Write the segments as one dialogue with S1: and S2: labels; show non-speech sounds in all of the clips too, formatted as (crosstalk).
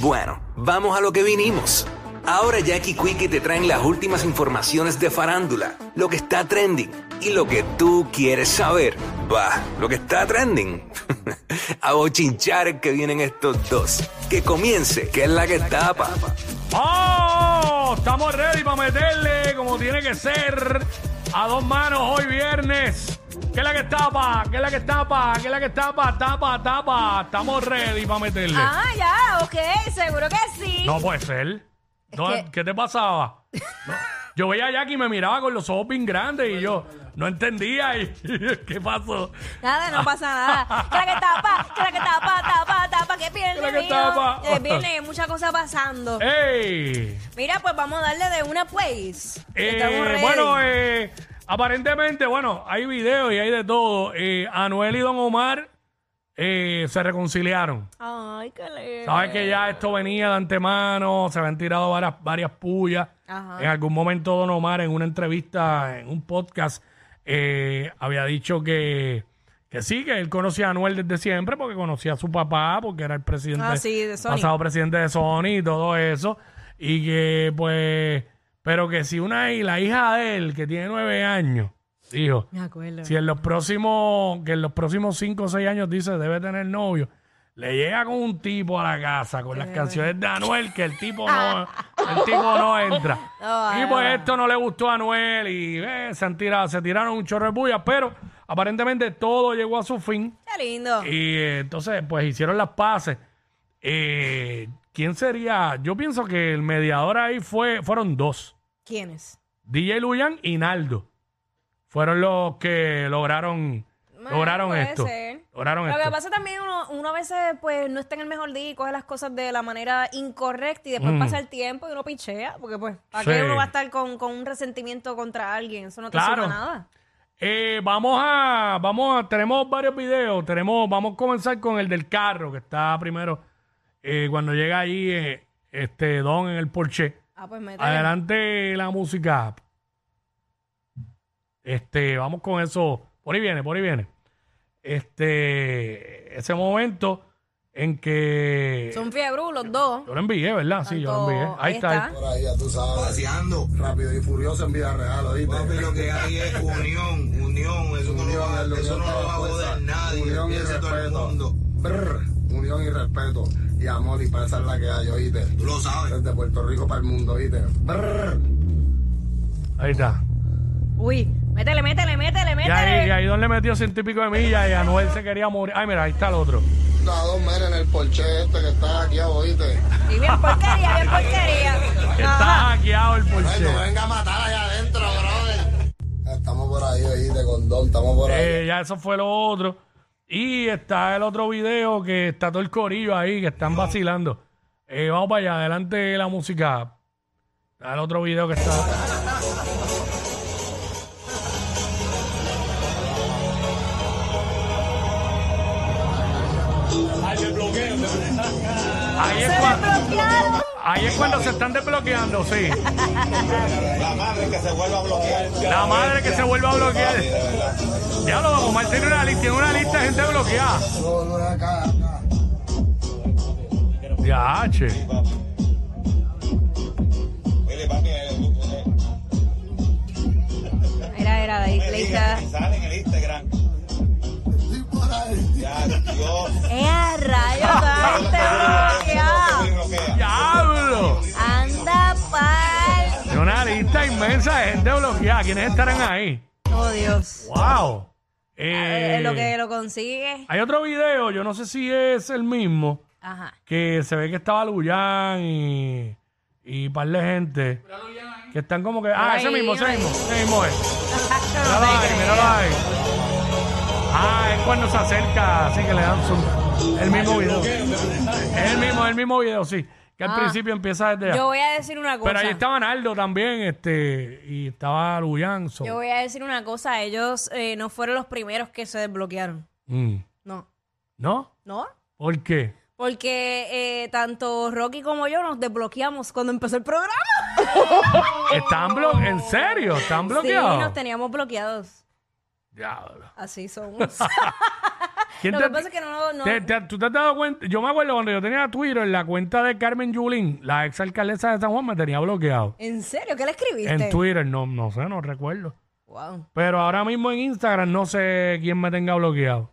S1: Bueno, vamos a lo que vinimos. Ahora Jackie Quickie te traen las últimas informaciones de farándula, lo que está trending y lo que tú quieres saber. Va, lo que está trending. (laughs) a bochinchar que vienen estos dos. Que comience, que es la que tapa. (laughs)
S2: ¡Oh! Estamos ready para meterle como tiene que ser a dos manos hoy viernes. ¿Qué es la que tapa? ¿Qué es la que tapa? ¿Qué es la que tapa? Tapa, tapa. Estamos ready para meterle.
S3: Ah, ya, ok, seguro que sí.
S2: No puede ser. No,
S3: que-
S2: ¿Qué te pasaba? No. Yo veía a Jackie y me miraba con los ojos bien grandes y yo no entendía. Y, (laughs) ¿Qué pasó?
S3: Nada, no pasa nada. Que la que tapa, que la que tapa, tapa, tapa, que
S2: Que la
S3: pierde
S2: que tapa. Eh.
S3: mío. Eh, viene mucha cosa pasando.
S2: ¡Ey!
S3: Mira, pues vamos a darle de una pues.
S2: Eh,
S3: Estamos ready.
S2: bueno, eh, aparentemente, bueno, hay videos y hay de todo. Eh, Anuel y Don Omar eh, se reconciliaron.
S3: Ay, qué lindo.
S2: Sabes que ya esto venía de antemano, se habían tirado varias, varias pullas.
S3: Ajá.
S2: En algún momento Don Omar en una entrevista, en un podcast, eh, había dicho que, que sí, que él conocía a Anuel desde siempre porque conocía a su papá, porque era el presidente,
S3: Ah, sí, de Sony.
S2: pasado presidente de Sony y todo eso. Y que pues, pero que si una hi- la hija de él, que tiene nueve años, dijo,
S3: Me acuerdo.
S2: si en los próximos, que en los próximos cinco o seis años dice debe tener novio, le llega con un tipo a la casa con las canciones de Anuel que el tipo
S3: (laughs)
S2: no, el tipo no entra.
S3: No,
S2: y pues esto no le gustó a Anuel y eh, se, han tirado- se tiraron un chorro de bulla, pero aparentemente todo llegó a su fin
S3: Qué lindo.
S2: y eh, entonces pues hicieron las paces. Eh, ¿Quién sería? Yo pienso que el mediador ahí fue, fueron dos.
S3: ¿Quiénes?
S2: DJ Luyan y Naldo fueron los que lograron
S3: Bueno,
S2: lograron
S3: puede
S2: esto.
S3: ser.
S2: Lograron
S3: Lo que
S2: esto.
S3: pasa también uno, uno a veces pues no está en el mejor día y coge las cosas de la manera incorrecta y después pasa el tiempo y uno pichea, porque pues ¿para
S2: Mm. Sí.
S3: qué uno va a estar con, con un resentimiento contra alguien? Eso no te
S2: Claro.
S3: suma nada.
S2: Eh, vamos a vamos a tenemos varios videos, tenemos vamos a comenzar con el del carro que está primero eh, cuando llega ahí eh, este Don en el Porsche.
S3: Ah, pues métele.
S2: Adelante la música. Este, vamos con eso. Por ahí viene, por ahí viene. Este, ese momento en que
S3: Son fiebru los dos.
S2: Yo lo envié, ¿verdad? Sí, yo lo
S3: Tanto-
S2: envié. Ahí
S3: ahí
S2: está.
S3: está.
S4: Por ahí, ya tú sabes.
S5: paseando.
S4: Rápido y furioso en vida real, ¿oíste?
S5: Papi, lo que hay es unión, unión. Eso no lo va,
S4: es lo que
S5: eso no
S4: está
S5: lo va a
S4: la fuerza.
S5: joder nadie.
S4: Unión y
S5: Piensa todo el
S4: respeto.
S5: mundo.
S4: Brr, unión y respeto. Y amor, y para esa es la que hay, ¿oíste?
S5: Tú lo sabes.
S4: Desde Puerto Rico para el mundo, ¿oíste? Brr.
S2: Ahí está.
S3: Uy, métele, métele, métele,
S2: Y ahí, y
S3: métele.
S2: ahí Don le metió ciento y pico de millas y Anuel se quería morir. Ay, mira, ahí está el otro.
S4: Está dos meses en el Porsche este que está aquí, ¿oíste?
S3: Y bien porquería, bien porquería. Ajá.
S2: Está hackeado el
S4: Ay, no
S2: Porsche.
S4: me venga a matar allá adentro, brother. Estamos por ahí, ¿oíste? Con Don, estamos por ahí.
S2: Eh, ya eso fue lo otro. Y está el otro video que está todo el corillo ahí, que están vacilando. Eh, vamos para allá, adelante la música. Está el otro video que está. Ahí es,
S3: Se
S2: cuando,
S3: me bloquearon.
S2: ahí es cuando se están desbloqueando, sí.
S5: La madre que se vuelva a bloquear.
S2: La madre que se vuelva a bloquear. Ya lo vamos, Martín tiene una lista, tiene una lista de gente bloqueada.
S4: Solo acá, acá.
S2: Ya, che.
S5: Oye, papi, eh,
S3: Era, era, ahí,
S5: me
S3: ahí
S5: dije,
S3: está.
S5: sale en el Instagram.
S4: Sí, por ahí.
S5: Ya, Dios.
S3: ¡Eh, a rayos! toda gente bloqueada.
S5: bloquea.
S2: ¡Diablo!
S3: Anda pal.
S2: Tiene una lista inmensa de gente bloqueada. ¿Quiénes estarán ahí?
S3: Oh, Dios.
S2: ¡Wow!
S3: Eh,
S2: Eh,
S3: lo que lo consigue.
S2: Hay otro video, yo no sé si es el mismo,
S3: Ajá. (laughs)
S2: que se ve que estaba Luyan y, y un par de gente. Que están como que. Ah,
S3: Ay,
S2: ese mismo, ese
S3: ay.
S2: mismo. Ese mismo es.
S3: Yo no
S2: Míralo
S3: te
S2: ahí,
S3: creo.
S2: míralo ahí. Ah, es cuando se acerca, así que le dan su. El mismo video. Es el mismo, el mismo video, sí. Que al
S3: Ah.
S2: principio empieza desde.
S3: Yo voy a decir una cosa.
S2: Pero ahí estaba Naldo también, este, y estaba Luyan. so-
S3: Yo voy a decir una cosa. Ellos eh, no fueron los primeros que se desbloquearon.
S2: Mm.
S3: No.
S2: ¿No?
S3: ¿No?
S2: ¿Por qué?
S3: Porque eh, tanto Rocky como yo nos desbloqueamos cuando empezó el programa.
S2: ¿Están blo- ¿En serio? ¿Están bloqueados?
S3: Sí, nos teníamos bloqueados.
S2: Diablo.
S3: Así somos.
S2: (laughs) ¿Quién
S3: Lo que pasa es que no- no-
S2: te- te- ¿Tú te has dado cuenta? Yo me acuerdo cuando yo tenía Twitter, la cuenta de Carmen Yulín, la ex alcaldesa de San Juan, me tenía bloqueado.
S3: ¿En serio? ¿Qué le escribiste?
S2: En Twitter, no, no sé, no recuerdo.
S3: Wow.
S2: Pero ahora mismo en Instagram no sé quién me tenga bloqueado.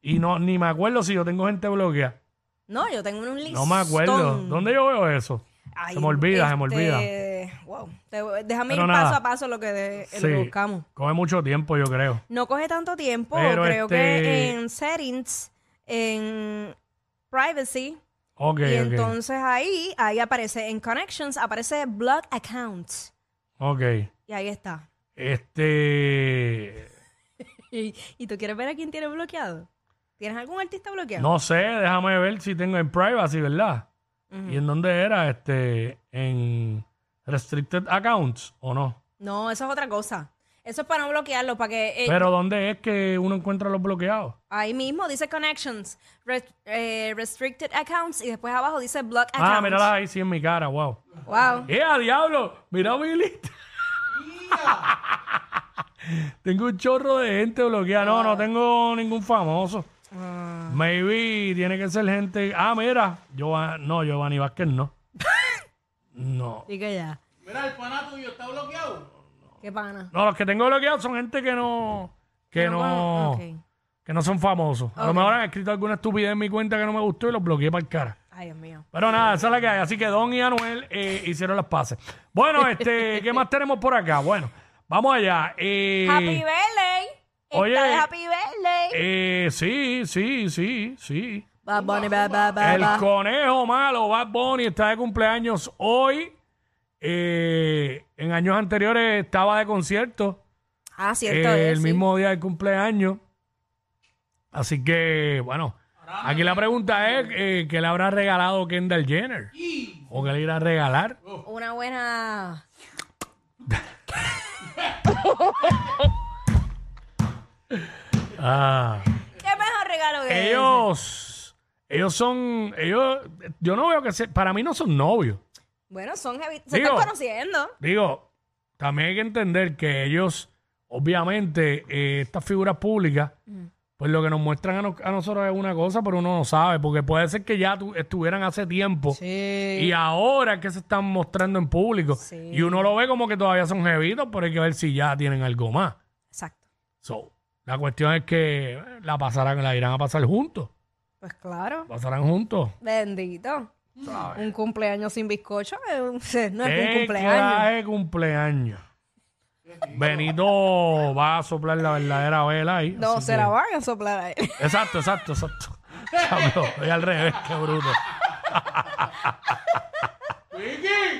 S2: Y no, ni me acuerdo si yo tengo gente bloqueada.
S3: No, yo tengo un listón.
S2: No me acuerdo. ¿Dónde yo veo eso?
S3: Ay,
S2: se me olvida, se me olvida.
S3: este, Wow. Te- déjame
S2: Pero
S3: ir
S2: nada.
S3: paso a paso lo que, de- lo que buscamos.
S2: Coge mucho tiempo, yo creo.
S3: No coge tanto tiempo.
S2: Pero
S3: creo
S2: este-
S3: que en settings, en privacy,
S2: Ok,
S3: y
S2: ok.
S3: entonces ahí, ahí aparece en connections, aparece blog accounts.
S2: Ok.
S3: Y ahí está.
S2: Este.
S3: (laughs) ¿Y, y tú quieres ver a quién tienes bloqueado? ¿Tienes algún artista bloqueado?
S2: No sé, déjame ver si tengo en privacy, ¿verdad? ¿Y en dónde era? Este. En restricted accounts o no.
S3: No, eso es otra cosa. Eso es para no bloquearlo, para que eh,
S2: Pero ¿dónde es que uno encuentra los bloqueados?
S3: ahí mismo dice connections, res- eh, restricted accounts y después abajo dice block accounts.
S2: Ah, míralas ahí, sí, en mi cara, wow.
S3: Wow.
S2: ¡Eh, a diablo! Mira mi lista. tengo un chorro de gente bloqueada. No, no tengo ningún famoso. Maybe tiene que ser gente. Ah, mira. Giova- No, Giovanni Vázquez no. no.
S3: Así que ya. Mira, el pana tuyo está bloqueado. ¿Qué pana?
S2: No, los que tengo bloqueados son gente que no. Que no.
S3: Ok.
S2: Que no son famosos. A lo mejor han escrito alguna estupidez en mi cuenta que no me gustó y los bloqueé para el cara.
S3: Ay, Dios mío.
S2: Pero nada, esa es la que hay. Así que Don y Anuel eh, hicieron las pases. Bueno,
S3: (laughs)
S2: este, ¿qué más tenemos por acá? Bueno, vamos allá. Eh,
S3: Happy birthday.
S2: oye.
S3: Está de happy birthday.
S2: eh, sí, sí, sí, sí.
S3: Bad Bunny, bad, bad, bad,
S2: El
S3: bad.
S2: conejo malo, Bad Bunny, está de cumpleaños hoy. Eh, en años anteriores estaba de concierto.
S3: Ah, cierto.
S2: eh,
S3: es,
S2: el
S3: sí.
S2: mismo día del cumpleaños. Así que, bueno, aquí la pregunta es eh, ¿qué le habrá regalado Kendall Jenner? ¿O qué le irá a regalar?
S3: Una buena.
S2: Ah.
S3: ¿Qué mejor regalo que ese?
S2: Ellos, ellos son, ellos, yo no veo que se, para mí no son novios.
S3: Bueno, son heavy. Se
S2: Digo.
S3: están conociendo.
S2: Digo, también hay que entender que ellos, obviamente, eh, estas figuras públicas, pues lo que nos muestran a, no- a nosotros es una cosa, pero uno no sabe, porque puede ser que ya tu- estuvieran hace tiempo y ahora es que se están mostrando en público.
S3: Sí.
S2: Y uno lo ve como que todavía son jevitos, pero hay que ver si ya tienen algo más.
S3: Exacto.
S2: So, la cuestión es que eh, la pasarán, la irán a pasar juntos,
S3: Pues claro.
S2: pasarán juntos.
S3: Bendito. Un cumpleaños sin bizcocho eh, no es un (laughs)
S2: ¿Qué
S3: cumpleaños.
S2: clase de cumpleaños? Benito va a soplar la verdadera vela ahí.
S3: No,
S2: así
S3: se
S2: que-
S3: la van a soplar a él.
S2: Exacto, exacto, exacto. Diablo, es al revés, qué bruto.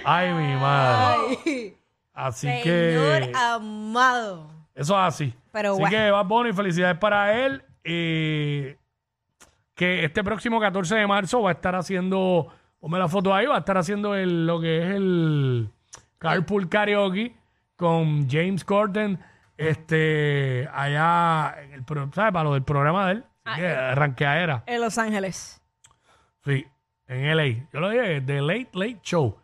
S2: Ay, mi madre.
S3: Ay,
S2: Así
S3: Señor
S2: que
S3: amado.
S2: eso es así.
S3: Pero
S2: así
S3: bueno.
S2: que Bad Bunny, felicidades para él. eh, que este próximo 14 de marzo va a estar haciendo, ponme la foto ahí, va a estar haciendo el, lo que es el Carpool Karaoke con James Corden, este, allá, en el, pro- ¿sabes? Para lo del programa de él.
S3: Ah,
S2: Así que
S3: eh.
S2: arranqueadera.
S3: En Los Ángeles.
S2: Sí, en LA. Yo lo dije, The Late Late Show.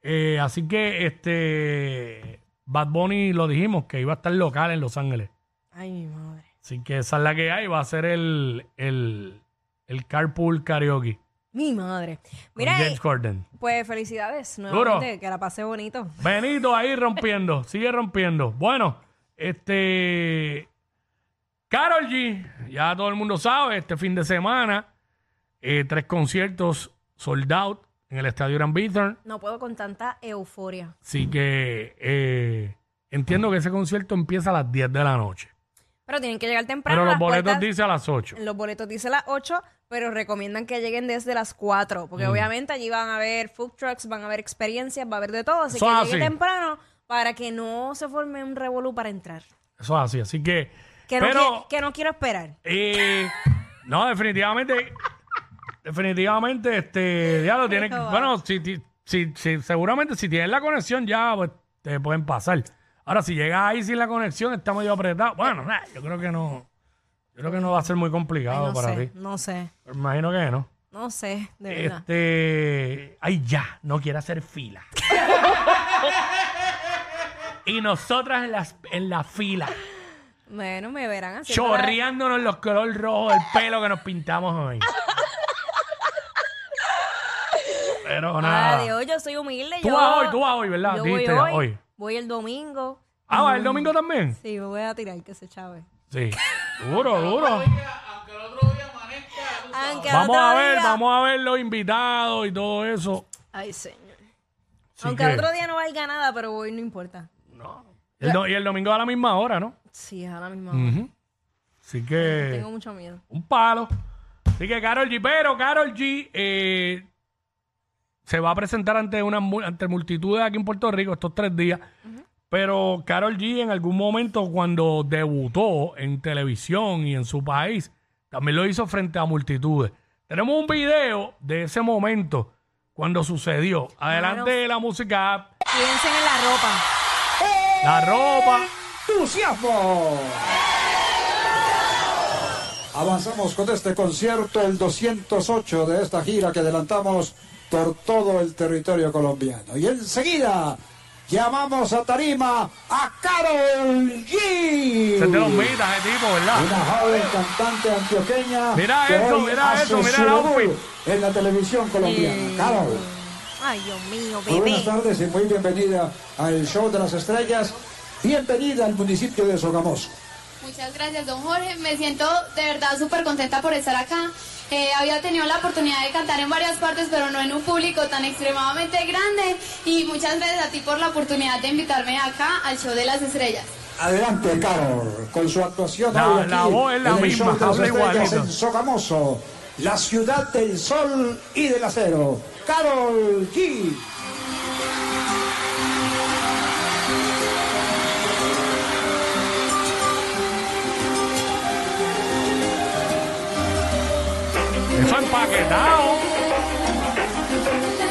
S2: Eh, así que este Bad Bunny lo dijimos que iba a estar local en Los Ángeles.
S3: Ay, mi madre.
S2: Así que esa es la que hay. Va a ser el, el, el Carpool Karaoke.
S3: Mi madre.
S2: con
S3: Mira,
S2: James
S3: eh,
S2: Corden.
S3: pues felicidades nuevamente. Que la pasé bonito.
S2: Benito ahí
S3: (laughs)
S2: rompiendo. sigue rompiendo. Bueno, este. Carol G. Ya todo el mundo sabe, este fin de semana, eh, tres conciertos sold out en el Estadio Gran Bithorn.
S3: No puedo con tanta euforia.
S2: Así que eh, entiendo que ese concierto empieza a las 10 de la noche.
S3: Pero tienen que llegar temprano.
S2: Pero los
S3: las
S2: boletos
S3: puertas-
S2: dicen a las 8.
S3: Los boletos dice las 8, pero recomiendan que lleguen desde las 4,
S2: Mm.
S3: porque obviamente allí van a haber food trucks, van a haber experiencias, va a haber de todo, así
S2: Eso
S3: que
S2: es
S3: llegue
S2: así.
S3: temprano para que no se forme un revolú para entrar.
S2: Eso es así. Así que.
S3: Que no,
S2: pero.
S3: qui- que no quiero esperar.
S2: eh, no, definitivamente. definitivamente, este. Ya lo tienen.
S3: Eso va.
S2: Bueno, si, ti- si, si- seguramente si tienes la conexión, ya pues, te pueden pasar. Ahora, si llegas ahí sin la conexión, está medio apretado. Bueno, nah, yo creo que no. Yo creo que no va a ser muy
S3: Ay,
S2: complicado
S3: no
S2: para
S3: sé,
S2: ti.
S3: no sé,
S2: Me Imagino que no.
S3: no sé, de verdad.
S2: Este. Ay, ya, no quiere hacer
S3: (laughs)
S2: fila. y nosotras en, las, en la fila.
S3: Bueno, me verán así.
S2: chorreándonos los color rojo del pelo que nos pintamos hoy. Pero nada.
S3: Adiós, yo soy humilde.
S2: Tú
S3: yo-
S2: vas hoy, tú vas hoy, ¿verdad?
S3: Yo voy
S2: Dijiste
S3: hoy, Mm.
S2: hoy.
S3: Voy el domingo.
S2: Ah, ¿va el domingo también?
S3: Sí, me voy a tirar que se chave.
S2: Sí.
S3: (laughs)
S2: Duro, duro.
S3: Aunque
S2: Vamos
S3: otro
S2: a ver,
S3: día-
S2: vamos a ver los invitados y todo eso.
S3: Ay, señor.
S2: Así
S3: Aunque
S2: que-
S3: otro día no valga nada, pero hoy no importa.
S2: El do- y el domingo a la misma hora, ¿no?
S3: Sí, es a la misma hora.
S2: Ujú. Así que.
S3: Tengo mucho miedo.
S2: un palo. Así que Carol G, pero Carol G eh, se va a presentar ante una mu- ante multitudes aquí en Puerto Rico estos tres días. Pero Carol G en algún momento cuando debutó en televisión y en su país, también lo hizo frente a multitudes. Tenemos un video de ese momento cuando sucedió. Adelante la música, app,
S3: Piensen en la
S2: la
S3: ropa.
S2: ropa.
S6: entusiasmo. Avanzamos con este concierto, el 208 de esta gira que adelantamos por todo el territorio colombiano. Y enseguida llamamos a Tarima a Carol G.
S2: Se te lo mita ese tipo, ¿verdad?
S6: Una joven cantante antioqueña
S2: Mira
S6: que
S2: eso,
S6: hoy
S2: mira
S6: hace
S2: eso, mira
S6: su
S2: el outfit.
S6: debut en la televisión colombiana. Carol.
S3: Ay, Dios mío,
S6: Muy buenas
S3: bebé.
S6: tardes y muy bienvenida al Show de las Estrellas. Bienvenida al municipio de Sogamoso.
S7: Muchas gracias, don Jorge. Me siento de verdad súper contenta por estar acá. Eh, había tenido la oportunidad de cantar en varias partes, pero no en un público tan extremadamente grande. Y muchas gracias a ti por la oportunidad de invitarme acá al Show de las Estrellas.
S6: Adelante, Carol, con su actuación
S2: La-
S6: hoy aquí
S2: la voz es la
S6: en el
S2: misma,
S6: Show de las
S2: habla
S6: Estrellas
S2: igualito.
S6: en Sogamoso, la ciudad del sol y del acero. Carol G.
S2: Eso empaquetado.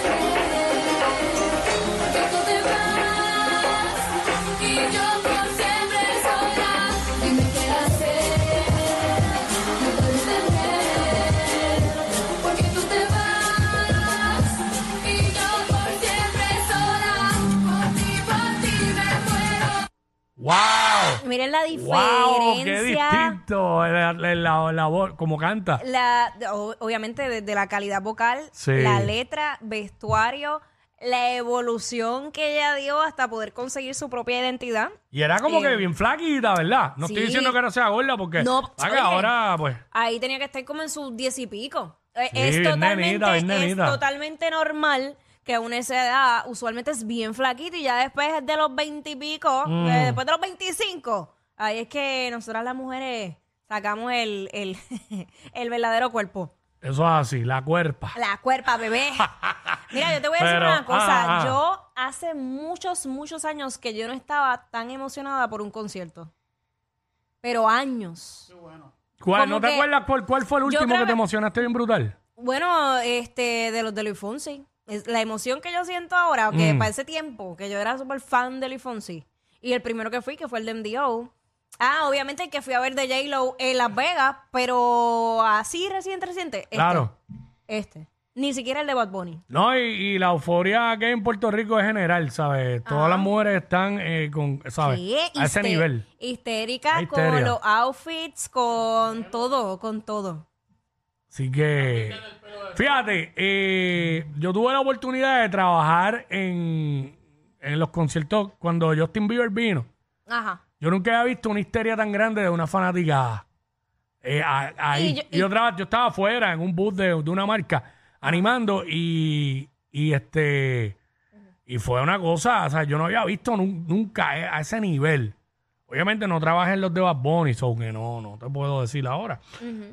S7: que tú te vas y yo por siempre sola y me queda ser no puedo entender porque tú te vas y yo por siempre sola por ti por ti me muero
S2: ¡Wow!
S3: Miren la
S2: ¡Wow! ¡Qué
S3: diferencia.
S2: distinto! La, la- la- la voz, como canta.
S3: la, o- obviamente, desde la calidad vocal,
S2: Sí.
S3: la letra, vestuario, la evolución que ella dio hasta poder conseguir su propia identidad.
S2: Y era como
S3: Sí.
S2: que bien flaquita, ¿verdad? No estoy
S3: Sí.
S2: diciendo que no sea gorda porque
S3: No,
S2: ah, que
S3: oye.
S2: ahora, pues.
S3: Ahí tenía que estar como en sus diez y pico. Eh,
S2: Sí,
S3: es,
S2: bien
S3: totalmente,
S2: nenita, bien
S3: es
S2: nenita.
S3: totalmente normal que a una esa edad usualmente es bien flaquito y ya después de los 20 y pico,
S2: Mm.
S3: eh, después de los 25, ahí es que nosotras las mujeres sacamos el, el, (laughs) el verdadero cuerpo.
S2: Eso es así, la cuerpa.
S3: La
S2: (laughs)
S3: cuerpa, bebé. Mira, yo te voy a decir
S2: Pero,
S3: una cosa.
S2: ah, ah.
S3: Yo hace muchos, muchos años que yo no estaba tan emocionada por un concierto. Pero años.
S2: ¿Cuál,
S3: como
S2: ¿No te
S3: que-
S2: acuerdas por cuál fue el
S3: yo
S2: último
S3: creo
S2: que te
S3: que-
S2: emocionaste bien brutal?
S3: Bueno, este, de los de Luis Fonsi. Es la emoción que yo siento ahora, que
S2: Mm.
S3: para ese tiempo, que yo era súper fan de Luis Fonsi. Y el primero que fui, que fue el de MDO. Ah, obviamente el que fui a ver de J-Lo en Las Vegas, pero así reciente, reciente. este.
S2: Claro.
S3: Este. Ni siquiera el de Bad Bunny.
S2: No, y, y la euforia que hay en Puerto Rico es general, ¿sabes? Todas las mujeres están eh, con, ¿sabes?
S3: Ah. Sí,
S2: A ese
S3: hister-
S2: nivel.
S3: Histérica
S2: Hay histeria.
S3: con los outfits, con todo, con todo.
S2: Así que, fíjate, eh, yo tuve la oportunidad de trabajar en, en los conciertos cuando Justin Bieber vino.
S3: Ajá.
S2: Yo nunca había visto una histeria tan grande de una fanaticada. Eh, a- ahí.
S3: Y yo-
S2: yo, traba- yo estaba afuera en un bus de, de una marca animando y, y este y fue una cosa, o sea, yo no había visto nun- nunca eh, a ese nivel. Obviamente no trabajé en los de Bad Bunny, so que no, no te puedo decir ahora.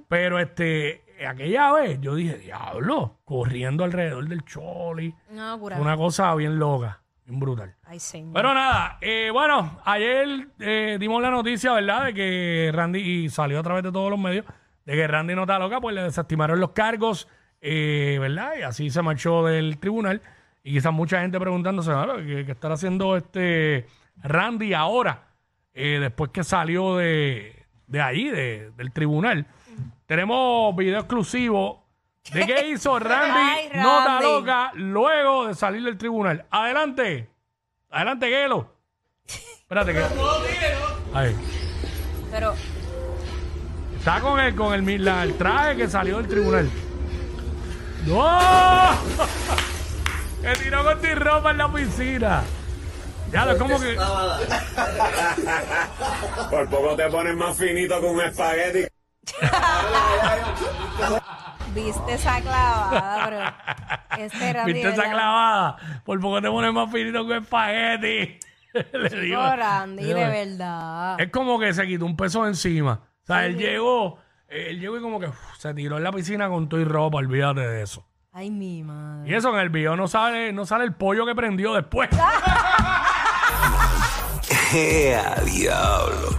S2: Pero este, aquella vez yo dije, diablo, corriendo alrededor del choli.
S3: Una locura.
S2: Fue Una cosa bien loca, bien brutal.
S3: Ay, señor.
S2: Pero nada, eh, bueno, ayer eh, dimos la noticia, ¿verdad? De que Randy, y salió a través de todos los medios, de que Randy no está loca, pues le desestimaron los cargos, eh, ¿verdad? Y así se marchó del tribunal. Y quizás mucha gente preguntándose, "Ah, ¿qué, qué estará haciendo este Randy ahora? Eh, después que salió de, de ahí, de- del tribunal. Tenemos video exclusivo de qué hizo
S3: Ay,
S2: Randy. no está
S3: Randy.
S2: loca luego de salir del tribunal. Adelante. Adelante, Gelo. Espérate que. Ahí.
S3: Pero,
S2: Está con el, con el, mi- la- el traje que salió del tribunal. ¡No! (laughs) Que tiró con ti ropa en la piscina. Ya lo como que.
S8: Por poco te pones más finito que un espagueti.
S3: viste esa clavada, bro. Este
S2: (laughs)
S3: Randy,
S2: Viste esa
S3: ¿verdad?
S2: clavada. Por poco te pones más finito que un espagueti. (laughs) Le digo.
S3: Oh, Randy,
S2: le
S3: de
S2: digo,
S3: verdad.
S2: Es como que se quitó un peso de encima. O sea, él llegó, eh, él llegó y como que uf, se tiró en la piscina con todo y ropa, olvídate de eso.
S3: Ay, mi madre.
S2: Y eso en el video no sale, no sale el pollo que prendió después.
S1: ¡Ea, diablo!